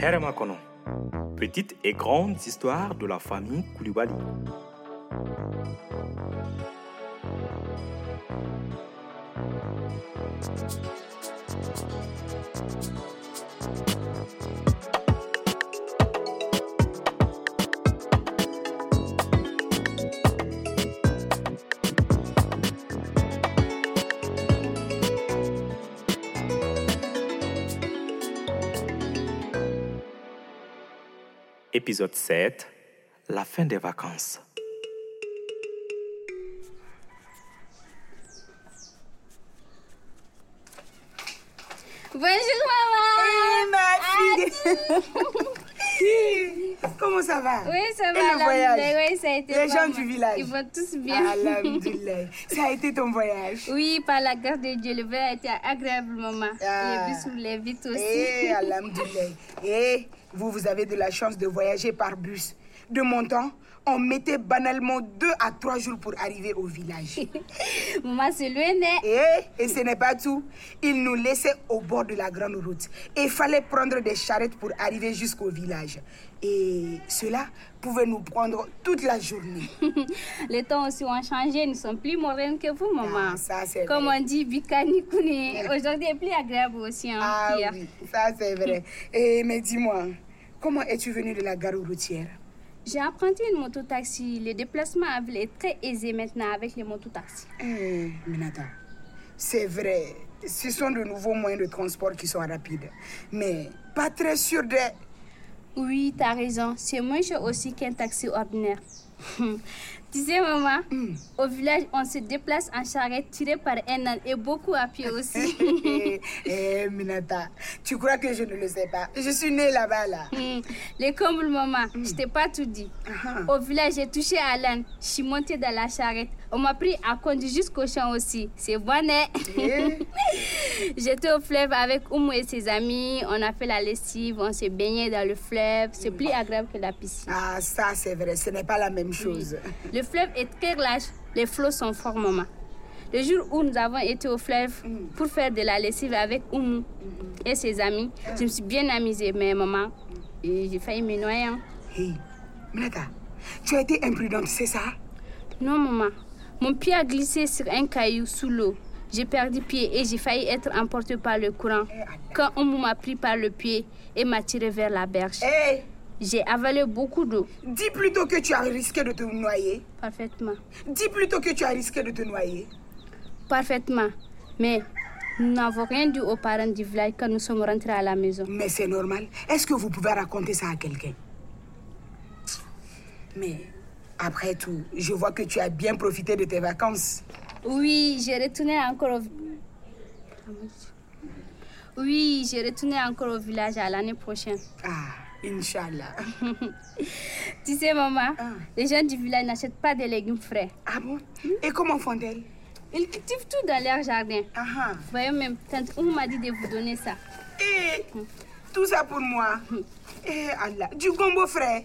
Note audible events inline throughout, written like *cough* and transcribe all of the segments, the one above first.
Heremakono. Petite et grande histoire de la famille Koulibaly. Épisode 7. La fin des vacances. Bonjour maman Hey, ma fille Hey, *laughs* Comment ça va Oui, ça Et va, le alhamdoulilah, voyage oui, ça a été Les pas gens mal. du village. Ah Ils vont tous bien. Alhamdulillah. Ça a été ton voyage *laughs* oui, par la grâce de Dieu, le voyage a été agréable, maman. Ah. Les bus vous les vite aussi. *laughs* Eh, Alhamdoulilah. Eh, vous, vous avez de la chance de voyager par bus. De mon temps, on mettait banalement deux à trois jours pour arriver *laughs* au village. Maman, c'est loin, né Et, et ce n'est pas tout. Ils nous laissaient au bord de la grande route. Et il fallait prendre des charrettes pour arriver jusqu'au village. Et cela pouvait nous prendre toute la journée. *laughs* Les temps aussi ont changé, nous sommes plus moraines que vous, maman. Ah, ça, c'est Comme vrai. on dit, Bikani *laughs* Kuni. Aujourd'hui, est plus agréable aussi, hein, Ah Pierre. oui, ça c'est vrai. Et, mais dis-moi, comment es-tu venue de la gare routière J'ai emprunté une moto-taxi. Le déplacement à ville est très aisé maintenant avec les moto-taxis. Hum, Mais attends, c'est vrai, ce sont de nouveaux moyens de transport qui sont rapides, mais pas très sûrs de... Oui, t'as raison. C'est moins cher aussi qu'un taxi ordinaire. *laughs* tu sais, maman, au village, on se déplace en charrette tirée par un âne et beaucoup à pied aussi. *laughs* Eh, eh, Minata, tu crois que je ne le sais pas Je suis née là-bas, là. Hmm. Les combles, maman, je t'ai pas tout dit. Ah. Au village, j'ai touché à l'âne. Je suis montée dans la charrette. On m'a pris à conduire jusqu'au champ aussi. C'est bon, hein? Eh, J'étais au fleuve avec Oumu et ses amis. On a fait la lessive, on s'est baigné dans le fleuve. C'est plus agréable que la piscine. Ah, ça c'est vrai, ce n'est pas la même chose. Le fleuve est très large, les flots sont forts, maman. Le jour où nous avons été au fleuve pour faire de la lessive avec Oumou et ses amis, je me suis bien amusée, mais maman, euh, j'ai failli me noyer. hein. Hé, Minata, tu as été imprudente, c'est ça Non, maman, mon pied a glissé sur un caillou sous l'eau. J'ai perdu pied et j'ai failli être emportée par le courant. Quand Oumou m'a pris par le pied et m'a tirée vers la berge, Eh, j'ai avalé beaucoup d'eau. dis plutôt que tu as risqué de te noyer. Parfaitement. Dis plutôt que tu as risqué de te noyer. Parfaitement. Mais nous n'avons rien dit aux parents du village quand nous sommes rentrés à la maison. Mais c'est normal. Est-ce que vous pouvez raconter ça à quelqu'un Mais après tout, je vois que tu as bien profité de tes vacances. Oui, j'ai retourné encore au... Oui, je retourné encore au village à l'année prochaine. Ah, Inch'Allah. Tu sais, maman, Ah. les gens du village n'achètent pas de légumes frais. *laughs* Ah bon Et comment font-elles Ils cultivent tout dans leur jardin. Ah ah. Vous voyez même, tante Oum m'a dit de vous donner ça. Eh, tout ça pour moi. Eh, Allah. Du gombo frais.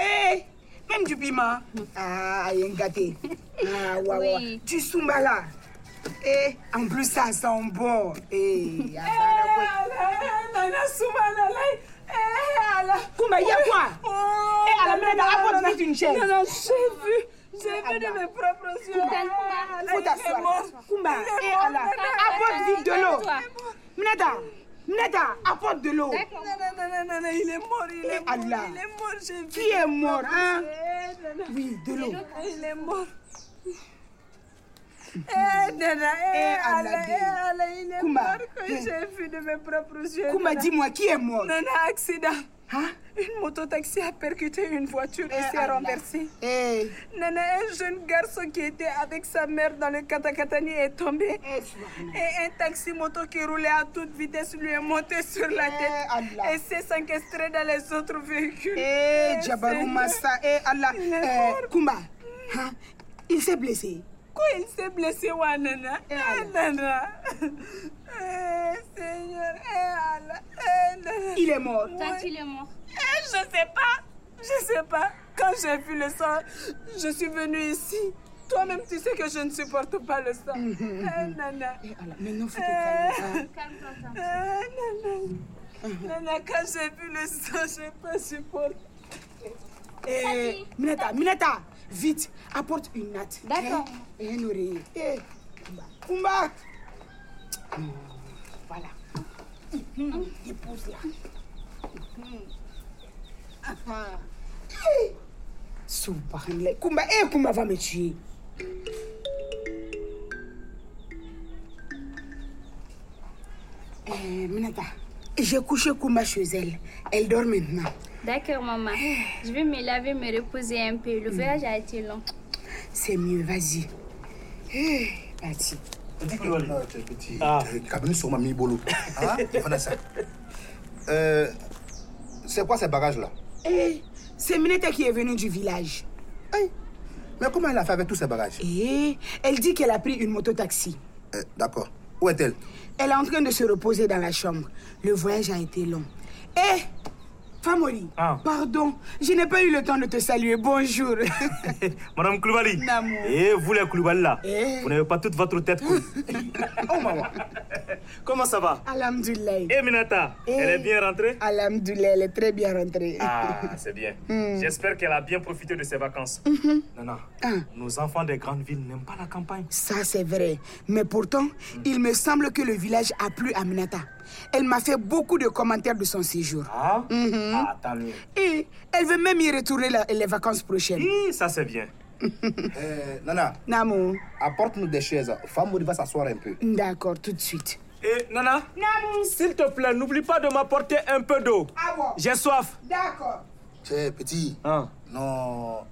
Eh, même du piment. Ah, il y a un gâté. Ah, waouh. Oui. Du soumbala. Eh, en plus, ça sent bon. Eh, ya Rabbi. Koumba, il y a quoi Eh, Allah, mais apporte-moi une chaise. Non, non, j'ai vu. J'ai vu de mes propres yeux. Koumba. Faut t'asseoir. Koumba, eh, Allah, apporte vite de l'eau. Mnada, Mnada, apporte de l'eau. Non, non, non, non, non, non, il est mort, il Eh, est mort. Allah. Il est mort, j'ai vu. Qui est mort, hein Eh, nana, Oui, de l'eau. Il est mort. Eh, nana, eh, Eh, Allah, Allah, dis. eh, Allah, il est Koumba. mort que Eh. j'ai vu de mes propres yeux. Koumba, nana. dis-moi, qui est mort Nana, accident. Hein Une moto-taxi a percuté une voiture et Eh, s'est Allah. renversée. Eh, Nana, un jeune garçon qui était avec sa mère dans le katakatani est tombé. eh, subhanallah. Et un taxi moto qui roulait à toute vitesse lui est monté sur la Eh, tête Allah. et s'est encastré dans les autres véhicules. Eh, Eh, Jabarou Seigneur. Massa, eh, Allah. Il est Eh, mort. Koumba, hein il s'est blessé. Quoi, il s'est blessé, wa nana? Eh, Eh, Allah. nana. Eh, Seigneur. Eh, Allah. Eh, nana. Il est mort. Tante, il est mort. Eh, je sais pas. Je sais pas. Quand j'ai vu le sang, je suis venue ici. Toi-même, tu sais que je ne supporte pas le *laughs* sang. Eh, nana. Eh, Allah, Maintenant, faut te calmer. Eh, nana. Nana, quand j'ai vu le sang, je n'ai pas supporté. Eh, Mineta, Mineta, vite, apporte une natte. D'accord. hein, Et un oreiller. Eh, Kumba. Hum, Voilà. Hum, Dépose là. Hum. Ah, ah. Eh, Subhanallah. Kumba, eh, Kumba va me tuer. Eh, Mineta, j'ai couché Kumba chez elle. Elle dort maintenant. D'accord, maman. Je vais me laver, me reposer un peu. Le voyage a été long. C'est mieux, vas-y. Eh, Vas-y. petit euh, Ah. cabinet sur ma mi-bolo. Hein, Vanessa Euh, C'est quoi ces bagages-là Eh, c'est Minette qui est venue du village. Hey, Mais comment elle a fait avec tous ces bagages Eh, elle dit qu'elle a pris une moto-taxi. Euh, D'accord. Où est-elle Elle est en train de se reposer dans la chambre. Le voyage a été long. Eh, Famori, Ah. pardon, je n'ai pas eu le temps de te saluer. Bonjour. *laughs* Madame Koulibaly. Namour. Et vous les Koulibaly là. Eh. Vous n'avez pas toute votre tête cool. *laughs* oh maman. *laughs* Comment ça va Alhamdoulilah. Eh Minata, Eh. elle est bien rentrée Alhamdoulilah, elle est très bien rentrée. Ah, c'est bien. J'espère qu'elle a bien profité de ses vacances. Nana, Hmm. Ah. nos enfants des grandes villes n'aiment pas la campagne. Ça, c'est vrai. Mais pourtant, il me semble que le village a plu à Minata. Elle m'a fait beaucoup de commentaires de son séjour. Ah, Mm-hmm. ah tant mieux. Et elle veut même y retourner la- les vacances prochaines. Hi, ça c'est bien. Euh, Nana, Namo, apporte-nous des chaises. Famouri va s'asseoir un peu. d'accord, tout de suite. Et Nana, s'il te plaît, n'oublie pas de m'apporter un peu d'eau. Ah bon J'ai soif. D'accord. Tiens, petit. Hein. Non.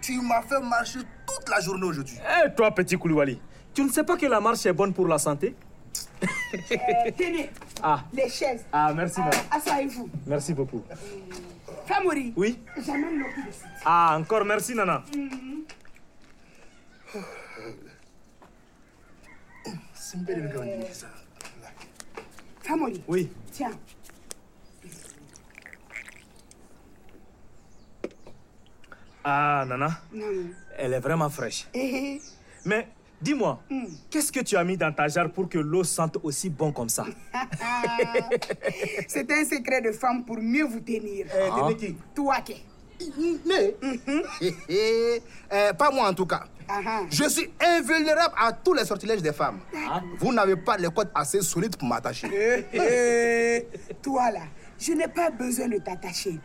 Tu m'as fait marcher toute la journée aujourd'hui. Eh toi petit Koulibaly, tu ne sais pas que la marche est bonne pour la santé tenez, Ah, les chaises. ah merci madame. Asseyez-vous. Merci beaucoup. Famori, Oui j'amène l'eau tout de suite. Ah, encore merci Nana. C'est une belle grande ça. Famori, Oui. tiens. Ah Nana, Namo. elle est vraiment fraîche. Eh, eh. Mais dis-moi, qu'est-ce que tu as mis dans ta jarre pour que l'eau sente aussi bon comme ça C'est un secret de femme pour mieux vous tenir. Ah. qui Toi qui. Mais, hé, hé, euh, pas moi en tout cas. Ah, ah. Je suis invulnérable à tous les sortilèges des femmes. Vous n'avez pas les côtes assez solides pour m'attacher. Eh, eh. *laughs* Toi là, je n'ai pas besoin de t'attacher.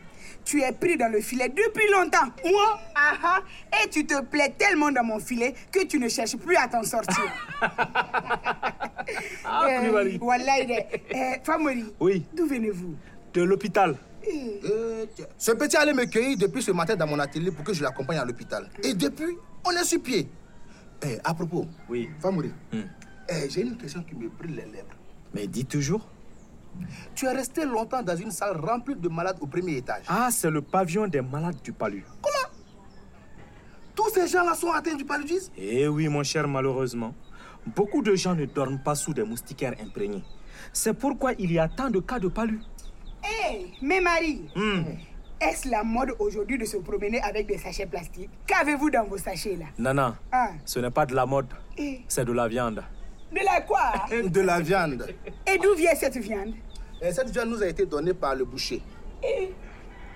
Tu es pris dans le filet depuis longtemps. Moi ah, ah. Et tu te plais tellement dans mon filet que tu ne cherches plus à t'en sortir. Ah, Eh, Koulibaly. voilà, il est. Eh, Famori, Oui. d'où venez-vous De l'hôpital. Euh, tiens. Ce petit allait me cueillir depuis ce matin dans mon atelier pour que je l'accompagne à l'hôpital. Et depuis, on est sur pied. Eh, à propos, Oui. va mourir. Hmm. J'ai une question qui me brûle les lèvres. Mais dis toujours. Tu es resté longtemps dans une salle remplie de malades au premier étage. Ah, c'est le pavillon des malades du palu. Tous ces gens-là sont atteints du paludisme Eh oui, mon cher, malheureusement. Beaucoup de gens ne dorment pas sous des moustiquaires imprégnés. C'est pourquoi il y a tant de cas de palu. Eh, mais Marie, Hmm. est-ce la mode aujourd'hui de se promener avec des sachets plastiques Qu'avez-vous dans vos sachets là Nana, Ah. ce n'est pas de la mode, Eh, c'est de la viande. De la *laughs* quoi De *laughs* la viande. Et d'où vient cette viande Et cette viande nous a été donnée par le boucher. Eh,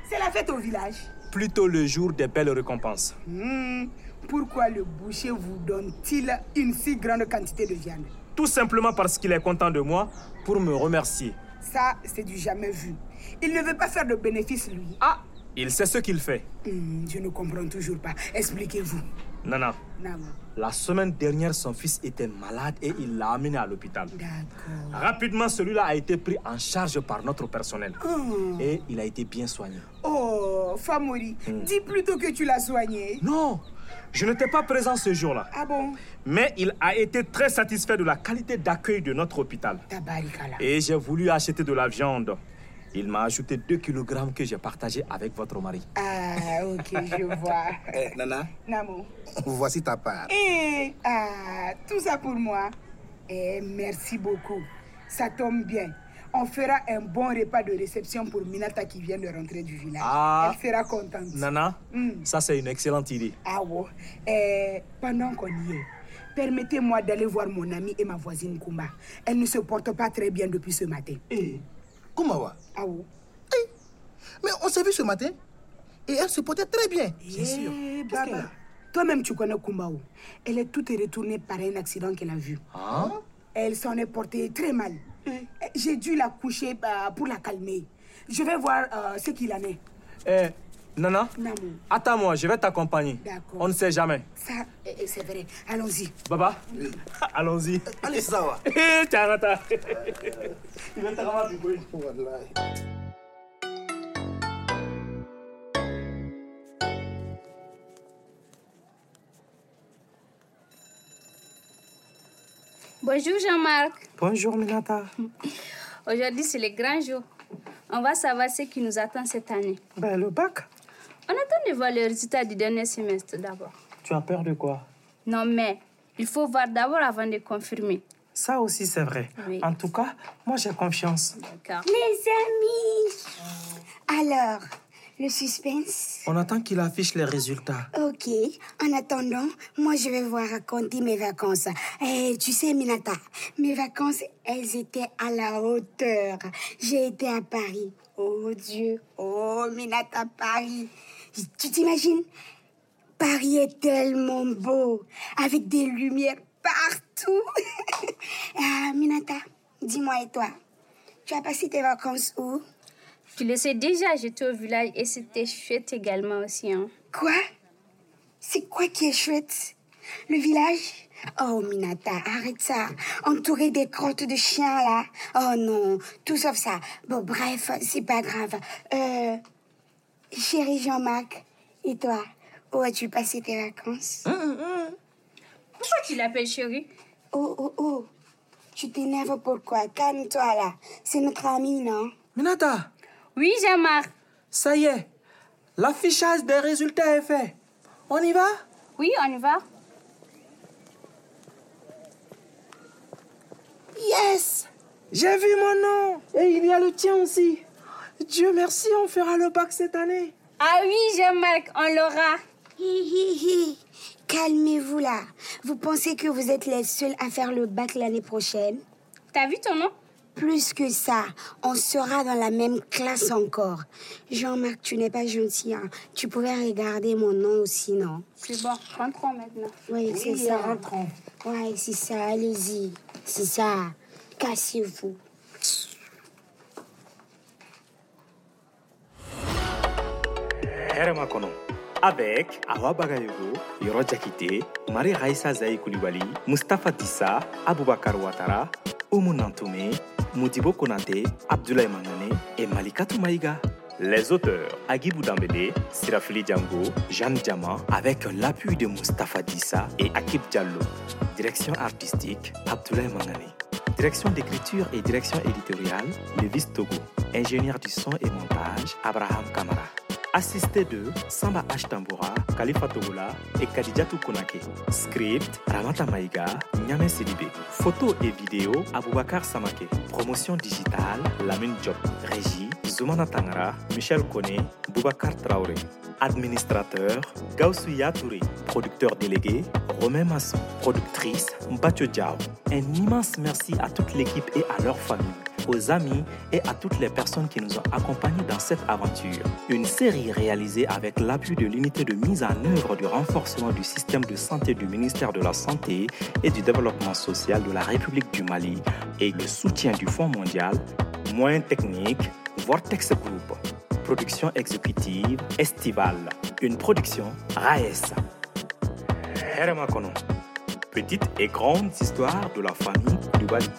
C'est la fête au village. Plutôt le jour des belles récompenses. Hmm, pourquoi le boucher vous donne-t-il une si grande quantité de viande Tout simplement parce qu'il est content de moi pour me remercier. Ça, c'est du jamais vu. Il ne veut pas faire de bénéfice, lui. Ah, il sait ce qu'il fait. Hmm, je ne comprends toujours pas. Expliquez-vous. Nana, Namo. La semaine dernière, son fils était malade et il l'a amené à l'hôpital. D'accord. Rapidement, celui-là a été pris en charge par notre personnel. Hmm. Et il a été bien soigné. Oh, Famori, dis plutôt que tu l'as soigné. Non, je n'étais pas présent ce jour-là. Ah bon Mais il a été très satisfait de la qualité d'accueil de notre hôpital. Tabarikala. Et j'ai voulu acheter de la viande. Il m'a ajouté 2 kg que j'ai partagé avec votre mari. Ah, ok, je vois. Eh, Nana, Namo. voici ta part. Et ah, tout Eh, ça pour moi. Eh, merci beaucoup. Ça tombe bien. on fera un bon repas de réception pour Minata qui vient de rentrer du village. Ah. Elle sera contente. Nana, Mm. ça c'est une excellente idée. Ah ouais. Euh, pendant qu'on y est, permettez-moi d'aller voir mon amie et ma voisine Kumba. Elle ne se porte pas très bien depuis ce matin. Eh, Kumawa, Ah ouais. Eh, mais on s'est vu ce matin et elle se portait très bien. Bien sûr. Eh, Baba, toi-même tu connais Kumbao. Elle est toute retournée par un accident qu'elle a vu. Elle s'en est portée très mal. Eh, J'ai dû la coucher bah, pour la calmer. Je vais voir euh, ce qu'il en est. Eh, Nana, Namu. attends-moi, je vais t'accompagner. D'accord. On ne sait jamais. Ça, euh, euh, c'est vrai. Allons-y. Baba, *laughs* allons-y. Allez, Sawa. Eh, Tiarata. Bonjour Jean-Marc. Bonjour Minata. Aujourd'hui, c'est le grand jour. On va savoir ce qui nous attend cette année. Ben, le bac, On attend de voir le résultat du dernier semestre d'abord. tu as peur de quoi Non, mais il faut voir d'abord avant de confirmer. Ça aussi c'est vrai. Oui. En tout cas, moi j'ai confiance. D'accord. Les amis Alors, le suspense On attend qu'il affiche les résultats. Ok, en attendant, moi je vais voir raconter mes vacances. Eh, tu sais, Minata, mes vacances, elles étaient à la hauteur. J'ai été à Paris. Oh Dieu, oh Minata, Paris. Tu t'imagines Paris est tellement beau, avec des lumières partout. *laughs* ah, Minata, dis-moi et toi, tu as passé tes vacances où Tu le sais déjà, j'étais au village et c'était chouette également aussi. hein. Quoi C'est quoi qui est chouette Le village Oh Minata, arrête ça. Entouré des crottes de chiens là. Oh non, tout sauf ça. Bon bref, c'est pas grave. Euh, chéri Jean-Marc, et toi Où as-tu passé tes vacances Pourquoi tu l'appelles chérie Oh oh oh. Tu t'énerves pourquoi Calme-toi là. C'est notre ami, non Minata, Oui, Jean-Marc. ça y est, l'affichage des résultats est fait. On y va Oui, on y va. Yes J'ai vu mon nom et il y a le tien aussi. Dieu merci, on fera le bac cette année. Ah oui, Jean-Marc, on l'aura. Hi, hi, hi. Calmez-vous là. Vous pensez que vous êtes les seuls à faire le bac l'année prochaine T'as vu ton nom Plus que ça, on sera dans la même classe encore. Jean-Marc, tu n'es pas gentil. hein. Tu pouvais regarder mon nom aussi, non C'est bon, rentrons maintenant. Oui, c'est ça. Ouais, c'est ça. Allez-y. C'est ça. Cassez-vous. Herma Kono. Avec Awa Bagayogo, Yoro Jakite, Marie Raissa Zaï Koulibaly, Mustafa Tissa, Aboubakar Ouattara, Oumou Nantoume, Moudibo Konate, Abdoulaye Mangane et Malikatou Maïga. Les auteurs Agibou Dambélé, Sirafili Django, Jeanne Djama, avec l'appui de Mustafa Dissa et Akib Diallo. Direction artistique Abdoulaye Mangane. Direction d'écriture et direction éditoriale Levis Togo. Ingénieur du son et montage Abraham Kamara assisté de Samba Ashtambora, Khalifa Togola et Kadijatou Konake. Script Ramata Maïga, Nyame Sidibé. Photos et vidéos Aboubakar Samake. Promotion digitale Lamine Job. Régie Zoumana Tangara, Michel Kone, Boubacar Traoré. Administrateur Gaoussouya Touré. Producteur délégué Romain Masson. Productrice Mbatio Diao. Un immense merci à toute l'équipe et à leur famille aux amis et à toutes les personnes qui nous ont accompagnés dans cette aventure. Une série réalisée avec l'appui de l'unité de mise en œuvre du renforcement du système de santé du ministère de la Santé et du Développement social de la République du Mali et le soutien du Fonds mondial, moyens techniques, Vortex Group. Production exécutive estivale. Une production RAES. Herma Kono. Petite et grande histoire de la famille du Mali.